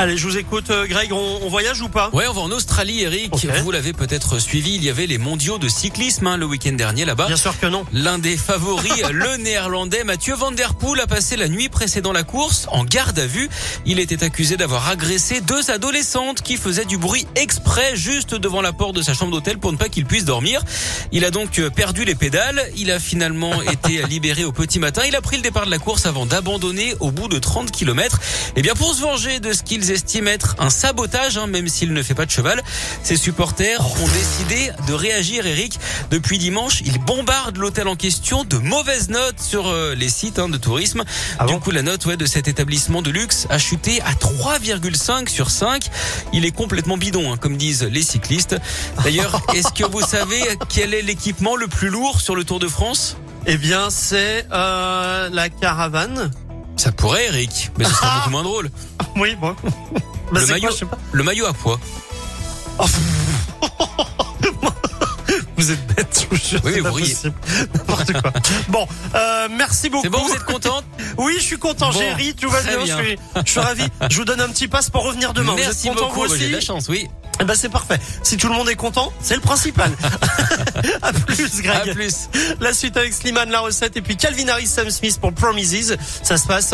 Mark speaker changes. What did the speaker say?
Speaker 1: Allez, je vous écoute, euh, Greg. On, on voyage ou pas
Speaker 2: Ouais, on va en Australie, Eric.
Speaker 1: Ok.
Speaker 2: Vous l'avez peut-être suivi. Il y avait les mondiaux de cyclisme hein, le week-end dernier là-bas.
Speaker 1: Bien sûr que non.
Speaker 2: L'un des favoris, le néerlandais Mathieu Van Der Poel, a passé la nuit précédant la course en garde à vue. Il était accusé d'avoir agressé deux adolescentes qui faisaient du bruit exprès juste devant la porte de sa chambre d'hôtel pour ne pas qu'il puisse dormir. Il a donc euh, perdu les pédales. Il a finalement été libéré au petit matin. Il a pris le départ de la course avant d'abandonner au bout de 30 km. Et bien pour se venger de ce qu'ils estiment être un sabotage, hein, même s'il ne fait pas de cheval, ses supporters ont décidé de réagir, Eric. Depuis dimanche, ils bombardent l'hôtel en question de mauvaises notes sur euh, les sites hein, de tourisme.
Speaker 1: Ah
Speaker 2: du
Speaker 1: bon
Speaker 2: coup, la note ouais, de cet établissement de luxe a chuté à 3,5 sur 5. Il est complètement bidon, hein, comme disent les cyclistes. D'ailleurs, est-ce que vous savez quel est l'équipement le plus lourd sur le Tour de France
Speaker 1: Eh bien, c'est euh, la caravane.
Speaker 2: Ça pourrait, Eric, mais ce serait beaucoup moins drôle.
Speaker 1: Oui, bon. Bah,
Speaker 2: Le
Speaker 1: c'est
Speaker 2: maillot.
Speaker 1: quoi, je sais pas.
Speaker 2: Le maillot à poids.
Speaker 1: Vous êtes bête, je vous jure,
Speaker 2: Oui,
Speaker 1: c'est
Speaker 2: vous riez.
Speaker 1: pas possible. N'importe quoi. Bon, euh, merci beaucoup.
Speaker 2: C'est bon, vous êtes contente
Speaker 1: Oui, je suis content,
Speaker 2: Bon,
Speaker 1: j'ai ri, tout va
Speaker 2: très
Speaker 1: bien, Je,
Speaker 2: bien.
Speaker 1: suis, je suis ravi. Je vous donne un petit passe pour revenir demain.
Speaker 2: Merci
Speaker 1: vous êtes content,
Speaker 2: beaucoup,
Speaker 1: vous
Speaker 2: j'ai
Speaker 1: aussi
Speaker 2: de la chance, oui.
Speaker 1: Eh ben, c'est parfait. Si tout le monde est content, c'est le principal. à plus, Greg.
Speaker 2: À plus.
Speaker 1: La suite avec Slimane, la recette, et puis Calvin Harris, Sam Smith pour Promises. Ça se passe